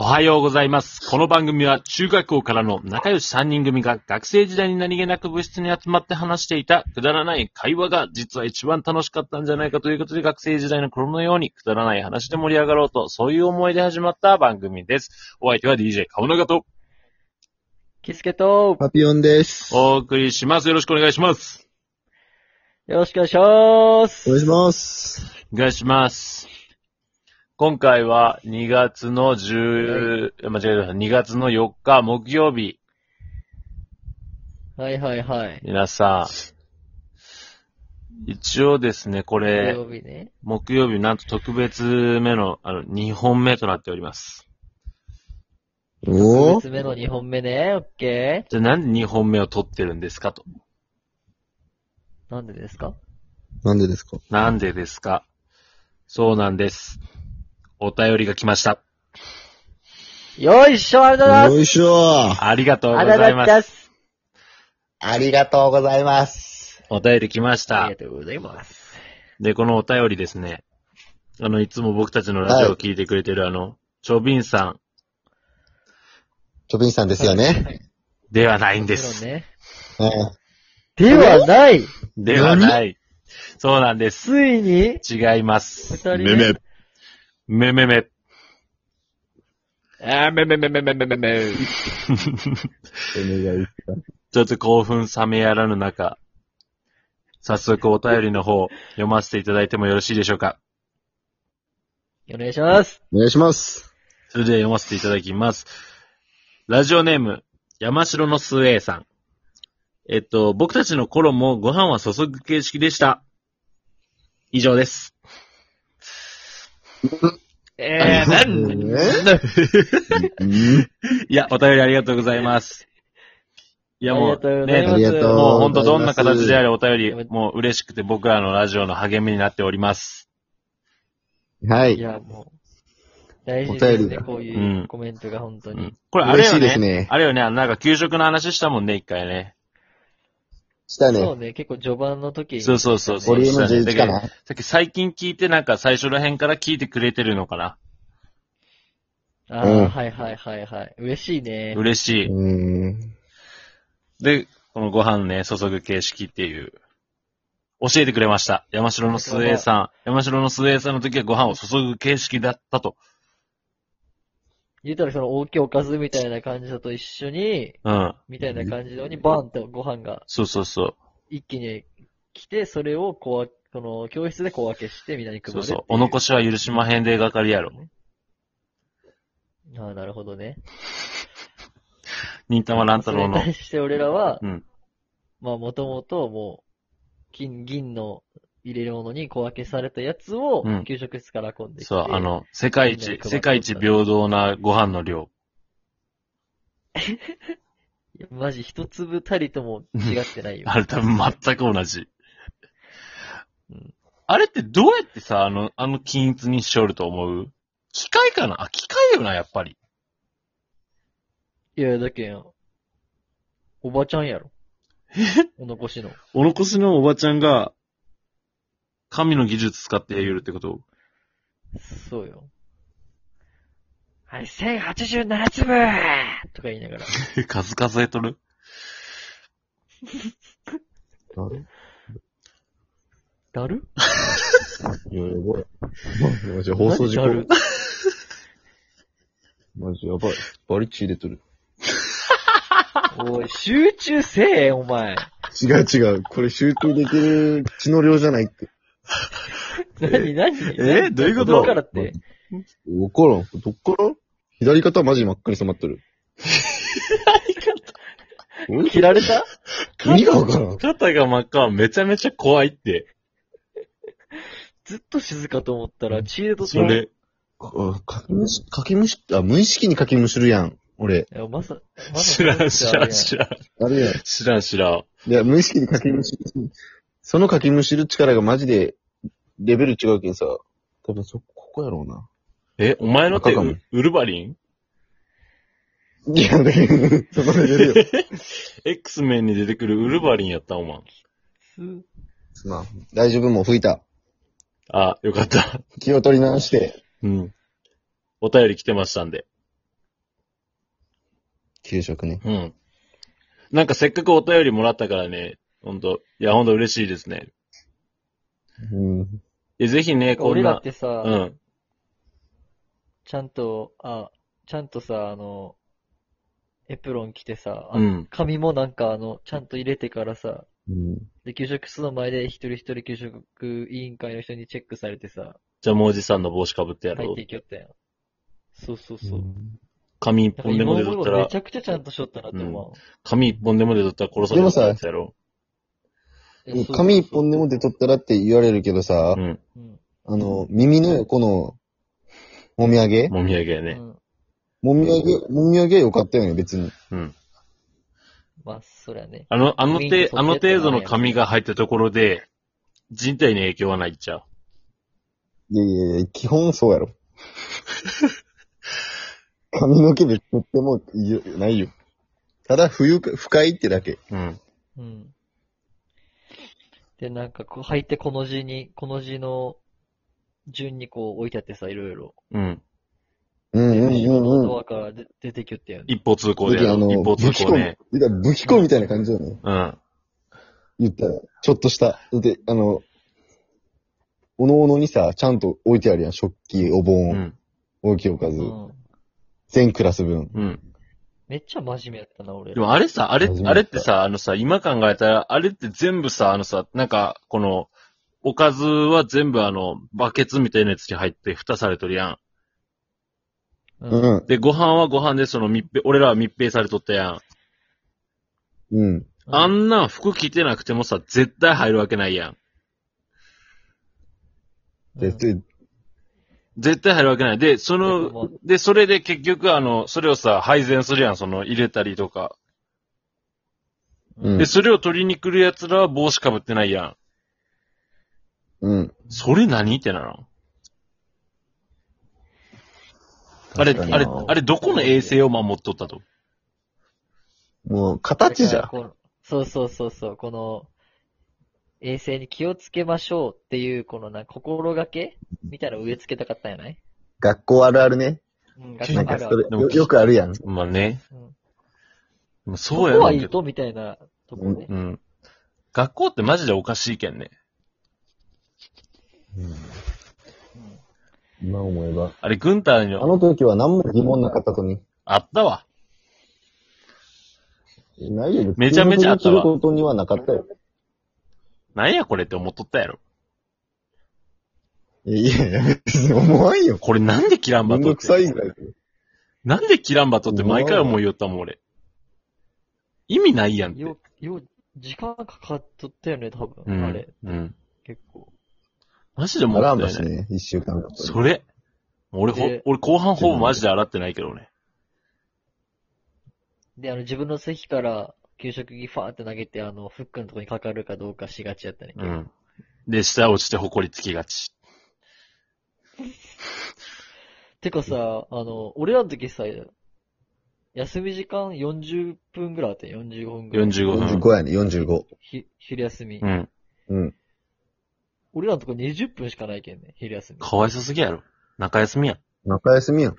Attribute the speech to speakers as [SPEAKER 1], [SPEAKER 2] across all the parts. [SPEAKER 1] おはようございます。この番組は中学校からの仲良し3人組が学生時代に何気なく部室に集まって話していたくだらない会話が実は一番楽しかったんじゃないかということで学生時代の頃のようにくだらない話で盛り上がろうとそういう思いで始まった番組です。お相手は DJ 顔長と
[SPEAKER 2] キスケと、
[SPEAKER 3] パピヨンです。お
[SPEAKER 1] お送りします。よろしくお願いします。
[SPEAKER 2] よろしくお願いします。
[SPEAKER 3] 願いします。
[SPEAKER 1] お願いします。今回は2月の10、間違えた。2月の4日木曜日。
[SPEAKER 2] はいはいはい。
[SPEAKER 1] 皆さん、一応ですね、こ
[SPEAKER 2] 火
[SPEAKER 1] れ、
[SPEAKER 2] 曜日ね。
[SPEAKER 1] 木曜日なんと特別目の、あの、2本目となっております。
[SPEAKER 3] お
[SPEAKER 2] 2
[SPEAKER 3] お
[SPEAKER 2] つ目の2本目ね。オッケ
[SPEAKER 1] じゃあなんで2本目を撮ってるんですかと。
[SPEAKER 2] ー。なんでですか
[SPEAKER 3] なんでですか
[SPEAKER 1] なんでですかそうなんです。お便りが来ました。
[SPEAKER 2] よいしょありがとうございます
[SPEAKER 3] よいしょ
[SPEAKER 1] ありがとうご
[SPEAKER 2] ありがと
[SPEAKER 1] ざ
[SPEAKER 2] う
[SPEAKER 1] い
[SPEAKER 2] ご
[SPEAKER 1] ま。
[SPEAKER 2] ざいますす
[SPEAKER 3] ありがとうございます。
[SPEAKER 1] お便り来まし
[SPEAKER 2] あ
[SPEAKER 1] た
[SPEAKER 2] りが。とうございます。
[SPEAKER 1] で、このお便りですね。あの、いつも僕たちのラジオを聞いてくれてる、あの、チョビンさん
[SPEAKER 3] チョビンさんですよね。
[SPEAKER 1] ではないんで
[SPEAKER 2] もち
[SPEAKER 1] す。
[SPEAKER 2] ろんね。
[SPEAKER 3] ね
[SPEAKER 2] ではない
[SPEAKER 1] ではない。そうなんです。
[SPEAKER 2] ついに
[SPEAKER 1] 違いま
[SPEAKER 2] 二
[SPEAKER 1] す。
[SPEAKER 2] 人目。
[SPEAKER 1] めめめ。
[SPEAKER 2] あーめめめめめめめめ。
[SPEAKER 1] ちょっと興奮冷めやらぬ中、早速お便りの方、読ませていただいてもよろしいでしょうか。
[SPEAKER 2] お願いします。
[SPEAKER 3] お願いします。
[SPEAKER 1] それでは読ませていただきます。ラジオネーム、山城のスウェイさん。えっと、僕たちの頃もご飯は注ぐ形式でした。以上です。
[SPEAKER 2] え ー、なん
[SPEAKER 3] えうん
[SPEAKER 1] いや、お便りありがとうございます。いや、も
[SPEAKER 2] ありがとう
[SPEAKER 1] う、
[SPEAKER 2] ござい
[SPEAKER 1] ね
[SPEAKER 2] ま、
[SPEAKER 3] ありがとうございます。
[SPEAKER 1] もう本当どんな形であれお便り、もう嬉しくて僕らのラジオの励みになっております。
[SPEAKER 3] はいい。
[SPEAKER 2] や、もう、大事です
[SPEAKER 3] お便り
[SPEAKER 2] ね、
[SPEAKER 3] が
[SPEAKER 2] こう
[SPEAKER 1] う
[SPEAKER 2] い
[SPEAKER 1] ん
[SPEAKER 2] うコメントが本当
[SPEAKER 1] う
[SPEAKER 2] に
[SPEAKER 1] ん。これあれよ
[SPEAKER 3] 嬉しいですね
[SPEAKER 1] あれよね、あのなんか給食の話したもんね、一回ね。
[SPEAKER 3] した
[SPEAKER 2] そう
[SPEAKER 3] ね。
[SPEAKER 2] ね、結構序盤の時に。
[SPEAKER 1] そうそうそうそう。
[SPEAKER 3] ボリューム
[SPEAKER 1] そうだ
[SPEAKER 3] 11
[SPEAKER 1] ね
[SPEAKER 3] かな
[SPEAKER 1] さっき最近聞いて、なんか最初ら辺から聞いてくれてるのかな。
[SPEAKER 2] ああ、
[SPEAKER 3] うん
[SPEAKER 2] はいはいはいはい。嬉しいね。
[SPEAKER 1] 嬉し
[SPEAKER 3] うーん。
[SPEAKER 1] い。で、このご飯ね、注ぐ形式っていう。教えてくれました。山城のスウェイさん。山城のスウェイさんの時はご飯を注ぐ形式だったと。
[SPEAKER 2] 言うたらその大きいおかずみたいな感じだと一緒に、
[SPEAKER 1] うん。
[SPEAKER 2] みたいな感じのにバーンとご飯が
[SPEAKER 1] そうそうそう。
[SPEAKER 2] 一気に来て、それをこう、この教室で小分けしてみんなに配
[SPEAKER 1] そ
[SPEAKER 2] る
[SPEAKER 1] う
[SPEAKER 2] ってい
[SPEAKER 1] そう。お残
[SPEAKER 2] し
[SPEAKER 1] しは許しまへんでがかりやろ。。
[SPEAKER 2] ああ、なるほどね。
[SPEAKER 1] 忍たま乱太郎
[SPEAKER 2] それ
[SPEAKER 1] の
[SPEAKER 2] に。対して俺らは
[SPEAKER 1] う、ん。
[SPEAKER 2] まあもともともう、金、銀の入れ物に小分けされたやつを
[SPEAKER 1] うん、
[SPEAKER 2] 給食室から運んできて、
[SPEAKER 1] そう、あの、世界
[SPEAKER 2] みんな
[SPEAKER 1] 一
[SPEAKER 2] に配っ、てた
[SPEAKER 1] 世界一平等なご飯の量。
[SPEAKER 2] いやマジ一粒たりとも違ってないよ。
[SPEAKER 1] あれ多分全く同じ
[SPEAKER 2] うん。
[SPEAKER 1] あれってどうやってさ、あの、あの均一にしよると思う機械かなあ、機械よな、やっぱり。
[SPEAKER 2] いや、だけん、おばちゃんやろ。お残しの。
[SPEAKER 1] お残しのおばちゃんが、神の技術使ってやるってこと
[SPEAKER 2] そうよ。はい、1087粒とか言いながら。
[SPEAKER 1] 数数えとる
[SPEAKER 2] だる
[SPEAKER 3] やばい。マジ放送事故
[SPEAKER 2] 何。だる
[SPEAKER 3] マジやばい。バリチ入れとる。
[SPEAKER 2] おい、集中せえ、お前。
[SPEAKER 3] 違う違う。これ集中できる血の量じゃないって。
[SPEAKER 2] 何、何
[SPEAKER 1] えどういうこと
[SPEAKER 2] だからって。
[SPEAKER 3] わからん。どっから左肩マジ真っ赤に染まっとる。左
[SPEAKER 2] 切られた
[SPEAKER 3] 意味がわからん。
[SPEAKER 1] 肩が真っ赤はめちゃめちゃ怖いって。
[SPEAKER 2] ずっと静かと思ったら、血でと
[SPEAKER 1] それ。
[SPEAKER 3] かかきむし、かきむし、あ、無意識にかきむしるやん。俺。
[SPEAKER 2] いや、まさ、まさ
[SPEAKER 1] 知らん、知らん、
[SPEAKER 2] ん。
[SPEAKER 1] 知らん。
[SPEAKER 3] あれやん。
[SPEAKER 1] 知らん、知らん。
[SPEAKER 3] いや、無意識にかきむしる。そのかきむしる力がマジで、レベル違うけんさ。多分そ、ここやろうな。
[SPEAKER 1] え、お前の手、
[SPEAKER 3] 赤かも
[SPEAKER 1] ウウルヴァリン
[SPEAKER 3] いや、だけど、 そのレベルよ。
[SPEAKER 1] ?X メンに出てくるウルヴァリンやった、お前。
[SPEAKER 2] す
[SPEAKER 3] まあ、大丈夫、もう吹いた。
[SPEAKER 1] あ、よかった。
[SPEAKER 3] 気を取り直して。
[SPEAKER 1] うん。お便り来てましたんで。
[SPEAKER 3] 給食ね。
[SPEAKER 1] うん。なんかせっかくお便りもらったからね、ほんと、いやほんと嬉しいですね。
[SPEAKER 3] うん。
[SPEAKER 1] え、ぜひね、こん
[SPEAKER 2] 俺だ
[SPEAKER 1] な
[SPEAKER 2] っ、てさ、
[SPEAKER 1] うん。
[SPEAKER 2] ちゃんと、あ、ちゃんとさ、あの、エプロン着てさ、あ
[SPEAKER 1] うん。
[SPEAKER 2] 髪もなんかあの、ちゃんと入れてからさ、
[SPEAKER 3] うん。
[SPEAKER 2] で、給食室の前で一人一人給食委員会の人にチェックされてさ、
[SPEAKER 1] じゃあ、もうじさんの帽子かぶってや
[SPEAKER 2] 入
[SPEAKER 1] ろ
[SPEAKER 2] っ
[SPEAKER 1] う
[SPEAKER 2] て。いきよったやん。そうそうそう。
[SPEAKER 1] 髪一
[SPEAKER 2] なんか
[SPEAKER 1] 本でも
[SPEAKER 2] 今
[SPEAKER 1] 出とっ
[SPEAKER 2] 思
[SPEAKER 1] た
[SPEAKER 2] えばめ
[SPEAKER 1] ら
[SPEAKER 2] ち、ゃくちゃちゃんとしよったなって思
[SPEAKER 1] 髪一本でも出とったら殺されるってやつやろ。
[SPEAKER 2] う。いやそうそうそう
[SPEAKER 3] 紙一本でも出とったらって言われるけどさ、
[SPEAKER 1] うん。
[SPEAKER 2] うん。
[SPEAKER 3] あの、耳の横の、もみあげ
[SPEAKER 1] もみあげや
[SPEAKER 2] う
[SPEAKER 1] ね。
[SPEAKER 2] ん。
[SPEAKER 3] もみあげ、もみあげはよかったよね、別に。
[SPEAKER 1] うん。
[SPEAKER 2] まあ、そりゃね。
[SPEAKER 1] あの、あの
[SPEAKER 2] ウィン
[SPEAKER 1] て
[SPEAKER 2] ク、そ
[SPEAKER 1] あ
[SPEAKER 2] っち
[SPEAKER 1] の
[SPEAKER 2] やったら
[SPEAKER 1] 程度の髪が入ったところで、人体に影響はないっちゃう。
[SPEAKER 3] いやいやいや、基本そうやろ。髪の毛でとってもいよないよ。ただ、冬か、不快ってだけ。
[SPEAKER 1] うん。
[SPEAKER 2] うん。で、なんかこう、入ってこの字に、この字の順にこう置いてあってさ、いろいろ。
[SPEAKER 1] うん。
[SPEAKER 3] うん
[SPEAKER 2] で、
[SPEAKER 3] うん
[SPEAKER 2] 後ろ
[SPEAKER 3] う
[SPEAKER 2] の
[SPEAKER 3] ん
[SPEAKER 2] ド
[SPEAKER 3] うん。
[SPEAKER 2] アからで出てきよったよね。
[SPEAKER 1] 一歩通行でや
[SPEAKER 3] あ
[SPEAKER 1] ろう。一
[SPEAKER 3] の、
[SPEAKER 1] 歩通
[SPEAKER 3] 武器
[SPEAKER 1] 行
[SPEAKER 3] 庫、
[SPEAKER 1] ね。
[SPEAKER 3] いや武器庫みたいな感じよね。
[SPEAKER 1] うん。
[SPEAKER 3] 言ったら、ちょっとした。で、あの、おのおのにさ、ちゃんと置いてあるやん。食器、お盆、
[SPEAKER 1] うん。
[SPEAKER 3] 大きいおかず、
[SPEAKER 2] うん。
[SPEAKER 3] 全クラス分。
[SPEAKER 1] うん。
[SPEAKER 2] めっちゃ真面目やったな、俺。
[SPEAKER 1] でもあれさ、あれ
[SPEAKER 3] 初め、て
[SPEAKER 1] あれってさ、あのさ、今考えたら、あれって全部さ、あのさ、なんか、この、おかずは全部あの、バケツみたいなやつに入って蓋されとるやん。
[SPEAKER 2] う。
[SPEAKER 3] うんん。
[SPEAKER 1] で、ご飯はご飯で、その密閉、俺らは密閉されとったやん。
[SPEAKER 3] うん。
[SPEAKER 1] あんなん服着てなくてもさ、絶対入るわけないやん。
[SPEAKER 3] で、で、
[SPEAKER 1] 絶対入るわけない。で、そ
[SPEAKER 2] でも
[SPEAKER 1] の、で、それで結局、あの、それをさ、配膳するやん、その、入れたりとか。
[SPEAKER 2] うん
[SPEAKER 1] で、それを取りに来る奴らは帽子かぶってないやん。
[SPEAKER 3] うん。
[SPEAKER 1] それ何ってなのあれ、
[SPEAKER 3] 確かに
[SPEAKER 1] あれ、あれ、どこの衛生を守っとったと
[SPEAKER 3] もう、形じ
[SPEAKER 2] だ
[SPEAKER 3] ゃ
[SPEAKER 2] からこのそうそうそうそう、この、衛生に気をつけましょうっていう、このな、心がけみたいなの植え付けたかったんやない
[SPEAKER 3] 学校あるあるね。
[SPEAKER 2] うん、
[SPEAKER 1] 結構
[SPEAKER 3] な
[SPEAKER 2] あ
[SPEAKER 3] ん
[SPEAKER 2] るあ
[SPEAKER 3] か、
[SPEAKER 2] る
[SPEAKER 3] それ、
[SPEAKER 1] でも
[SPEAKER 3] よよくあるやん。
[SPEAKER 1] まあね。
[SPEAKER 2] うん
[SPEAKER 1] まあそ
[SPEAKER 2] こ
[SPEAKER 1] うや
[SPEAKER 2] こは
[SPEAKER 1] ろう
[SPEAKER 2] い
[SPEAKER 1] け
[SPEAKER 2] い
[SPEAKER 1] ど。
[SPEAKER 2] とみたいなとこね。
[SPEAKER 1] うん。学校ってマジでおかしいけんね。
[SPEAKER 2] うん
[SPEAKER 3] 今思えば。
[SPEAKER 1] あれ、軍隊
[SPEAKER 3] あ
[SPEAKER 1] の、
[SPEAKER 3] の時は何も疑問なかったとに。
[SPEAKER 1] あったわ。
[SPEAKER 3] ないよ、別に
[SPEAKER 1] めちゃめちゃあったわ
[SPEAKER 3] することにはなかったよ。
[SPEAKER 1] なんやこれって思っとったやろ。
[SPEAKER 3] いやいや、別に思わんよ。
[SPEAKER 1] これなんでキラン
[SPEAKER 3] め
[SPEAKER 1] バ
[SPEAKER 3] ん
[SPEAKER 1] ト
[SPEAKER 3] ど
[SPEAKER 1] っ
[SPEAKER 3] くさ
[SPEAKER 1] て。
[SPEAKER 3] いぐらい。
[SPEAKER 1] なんでキランバトって毎回思いよったもん、俺。意味ないやんって。
[SPEAKER 2] よ、よ、時間かかっとったよね、多
[SPEAKER 1] う
[SPEAKER 2] 分。あ
[SPEAKER 1] ん
[SPEAKER 2] れ、。
[SPEAKER 1] うん。
[SPEAKER 2] 結構。
[SPEAKER 1] マジで思
[SPEAKER 3] あ
[SPEAKER 1] っ
[SPEAKER 3] らん
[SPEAKER 1] た
[SPEAKER 3] ば
[SPEAKER 1] よ
[SPEAKER 3] し
[SPEAKER 1] ね。
[SPEAKER 3] ね、一週間だと
[SPEAKER 1] それ。俺ほ
[SPEAKER 2] で、
[SPEAKER 1] 俺後半ほぼマジで洗ってないけどね。
[SPEAKER 2] で、あの、自分の席から、給食着ファーって投げて、あの、フックのとこにかかるかどうかしがちやったね。
[SPEAKER 1] うん。で、下落ちて埃つきがち。
[SPEAKER 2] てかさ、あの、俺らの時さ、休み時間40分ぐらいあったよ、45分ぐらい。
[SPEAKER 1] 45
[SPEAKER 3] 45
[SPEAKER 1] 分。
[SPEAKER 3] やね、45。
[SPEAKER 2] ひ昼休み。
[SPEAKER 1] うん。
[SPEAKER 3] うん。
[SPEAKER 2] 俺らのとこ20分しかないけんね、昼休み。
[SPEAKER 1] かわいそすぎやろ。中休みやん。
[SPEAKER 3] 中休みやん。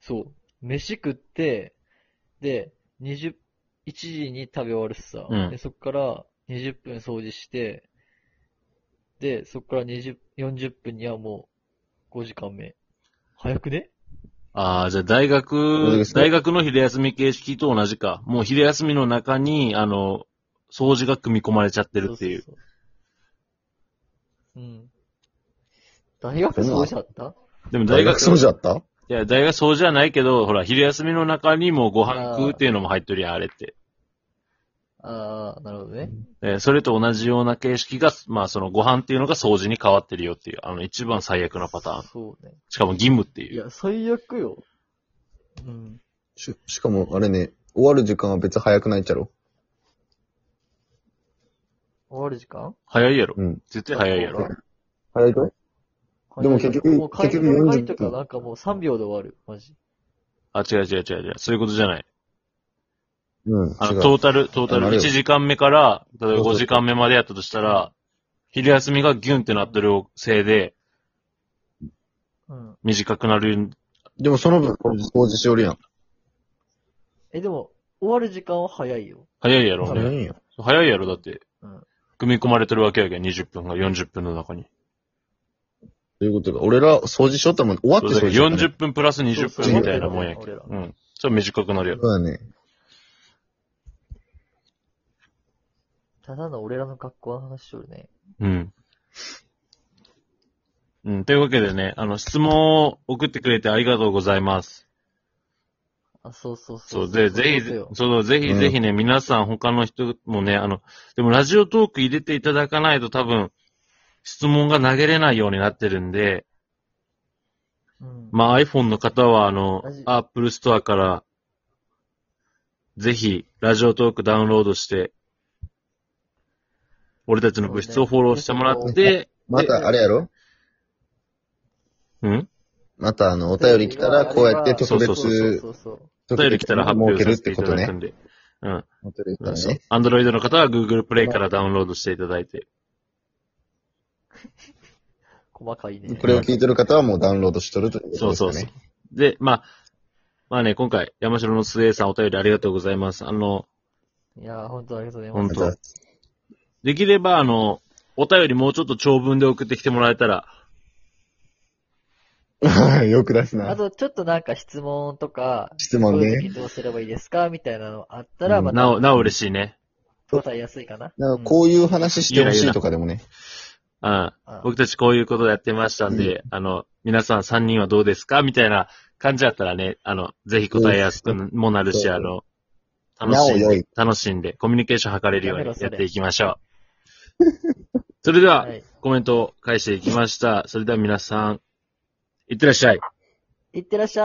[SPEAKER 2] そう。飯食って、で、20、1時に食べ終わるしさ。
[SPEAKER 1] うん
[SPEAKER 2] で、そっから20分掃除して、で、そっから20、40分にはもう5時間目。早くね
[SPEAKER 1] ああ、じゃあ大
[SPEAKER 3] そう
[SPEAKER 1] 学
[SPEAKER 3] で、すね
[SPEAKER 1] 大学の昼休み形式と同じか。もう昼休みの中に、あの、掃除が組み込まれちゃってるっていう。
[SPEAKER 2] そそそうん。大学掃除あった
[SPEAKER 1] でも
[SPEAKER 3] 大
[SPEAKER 1] 大
[SPEAKER 3] 学
[SPEAKER 1] 学、
[SPEAKER 3] 掃除あった
[SPEAKER 1] いや、大学掃除はないけど、ほら、昼休みの中にもうご飯食うっていうのも入っとるやん、あれって。
[SPEAKER 2] ああ、なるほどね。
[SPEAKER 1] えーそれと同じような形式が、まあそのご飯っていうのが掃除に変わってるよっていう、あの一番最悪なパターン。
[SPEAKER 2] そうね。
[SPEAKER 1] しかも義務って
[SPEAKER 2] い
[SPEAKER 1] いう。
[SPEAKER 2] や、最悪よ。うん。
[SPEAKER 3] し、しかも、あれね、終わる時間は別に早くないっちゃろ。
[SPEAKER 2] 終わる時間
[SPEAKER 1] 早いやろ。
[SPEAKER 3] うん。
[SPEAKER 1] 絶対早いやろ。
[SPEAKER 3] 早いかいでも結局
[SPEAKER 2] もう帰
[SPEAKER 3] 結
[SPEAKER 2] り
[SPEAKER 3] 局
[SPEAKER 2] の帰
[SPEAKER 3] 40
[SPEAKER 2] りとかなんかもう3秒で終わる、マジ。
[SPEAKER 1] あ、違う違う違う違う。そういうことじゃない。
[SPEAKER 3] うん。違
[SPEAKER 1] あ
[SPEAKER 3] う
[SPEAKER 1] の、トータル、トータ
[SPEAKER 3] あ
[SPEAKER 1] ル
[SPEAKER 3] なる
[SPEAKER 1] 1
[SPEAKER 3] よ
[SPEAKER 1] 時間目から、例えば
[SPEAKER 3] そうそうそう
[SPEAKER 1] 5時間目までやったとしたら、昼休みがギュンってなってるせいで、
[SPEAKER 2] うん。
[SPEAKER 1] 短くなるん。
[SPEAKER 3] でもその分、掃除しおるやん。
[SPEAKER 2] え、でも、終わる時間は早いよ。
[SPEAKER 1] 早いやろ、
[SPEAKER 2] そ
[SPEAKER 3] あ
[SPEAKER 2] うね
[SPEAKER 1] ね。
[SPEAKER 3] 何や。
[SPEAKER 1] 早いやろ、だって
[SPEAKER 2] うん。
[SPEAKER 1] 組み込まれてるわけやけん、20分が40分の中に。
[SPEAKER 3] ということが、俺ら掃除しよったもん、終わって
[SPEAKER 1] そうだ
[SPEAKER 3] 掃除
[SPEAKER 1] け
[SPEAKER 3] しよ
[SPEAKER 1] ど
[SPEAKER 3] ったね。
[SPEAKER 1] 40分プラス20
[SPEAKER 2] そう
[SPEAKER 3] そう
[SPEAKER 1] 分みたいなもんやけ
[SPEAKER 2] 俺ら
[SPEAKER 1] ど。うん。ちょっと短くなるやろ。
[SPEAKER 3] そうだね。
[SPEAKER 2] ただの俺らの学校の話しとるね。
[SPEAKER 1] うん。うん、というわけでね、あの、質問を送ってくれてありがとうございます。
[SPEAKER 2] あ、そうそうそ。
[SPEAKER 1] そうう、で、ぜひ、
[SPEAKER 2] そうよ
[SPEAKER 1] そう、ぜひぜひね、皆さん他の人もね、あの、でもラジオトーク入れていただかないと多分、質問が投げれないようになってるんで、
[SPEAKER 2] うん。
[SPEAKER 1] まあ iPhone の方はあの
[SPEAKER 2] ラジ、
[SPEAKER 1] Apple Store から、ぜひ、ラジオトークダウンロードして、俺たちの部室をフォローしてもらって、
[SPEAKER 3] また、あれやろ
[SPEAKER 1] うん
[SPEAKER 3] また、あの、お便り来たら、こうやって特別、
[SPEAKER 2] そうそうそうそう。
[SPEAKER 1] お便り来たら発表さ
[SPEAKER 3] 設
[SPEAKER 1] せ
[SPEAKER 3] け
[SPEAKER 1] て
[SPEAKER 3] るっ
[SPEAKER 1] い
[SPEAKER 3] て
[SPEAKER 1] た
[SPEAKER 3] こと
[SPEAKER 1] だく
[SPEAKER 3] ね。
[SPEAKER 1] んで。
[SPEAKER 3] お便り来た
[SPEAKER 1] う
[SPEAKER 3] ら
[SPEAKER 1] ん、そう
[SPEAKER 3] ね。。
[SPEAKER 1] アンドロイドの方は Google プレイからダウンロードしていただいて。
[SPEAKER 2] 細かいね。
[SPEAKER 3] これを聞いてる方はもうダウンロードしとるということ
[SPEAKER 1] そう
[SPEAKER 3] です
[SPEAKER 1] そ
[SPEAKER 3] か
[SPEAKER 1] うそう
[SPEAKER 3] ね。。
[SPEAKER 1] で、まあ、まあね、今回、山城の末さんお便りありがとうございます。あの、
[SPEAKER 2] いやー、本当ありがとうございます。
[SPEAKER 1] 本
[SPEAKER 3] ま
[SPEAKER 1] 当
[SPEAKER 3] た
[SPEAKER 1] できれば、あの、お便りもうちょっと長文で送ってきてもらえたら、
[SPEAKER 3] よく出す
[SPEAKER 2] あ
[SPEAKER 3] な。
[SPEAKER 2] と、ちょっとなんか質問とか、
[SPEAKER 3] 質問
[SPEAKER 2] こういう時
[SPEAKER 3] ね。
[SPEAKER 2] どうすればいいですかみたいなのあったら、
[SPEAKER 3] うん
[SPEAKER 2] ま
[SPEAKER 1] なお、
[SPEAKER 2] た
[SPEAKER 1] なお嬉しいね。
[SPEAKER 2] 答えやすいかな。
[SPEAKER 3] なんかこういう話してほしいとかでもね。
[SPEAKER 1] うん。
[SPEAKER 2] うん
[SPEAKER 1] 僕たちこういうことやってましたんで、あの、皆さん3人はどうですかみたいな感じだったらね、あの、ぜひ答えやすくもなるし、
[SPEAKER 3] うん
[SPEAKER 1] あの、楽
[SPEAKER 3] な
[SPEAKER 1] し
[SPEAKER 3] お
[SPEAKER 1] ん
[SPEAKER 3] 良
[SPEAKER 1] で
[SPEAKER 3] い、
[SPEAKER 1] 楽しんで、コミュニケーション図れるように
[SPEAKER 2] やめろそ
[SPEAKER 1] やっ
[SPEAKER 2] れ
[SPEAKER 1] ていきましょう。それでは、
[SPEAKER 2] はい。
[SPEAKER 1] コメントを返していきました。それでは皆さん、いってらっしゃい。
[SPEAKER 2] いってらっしゃい。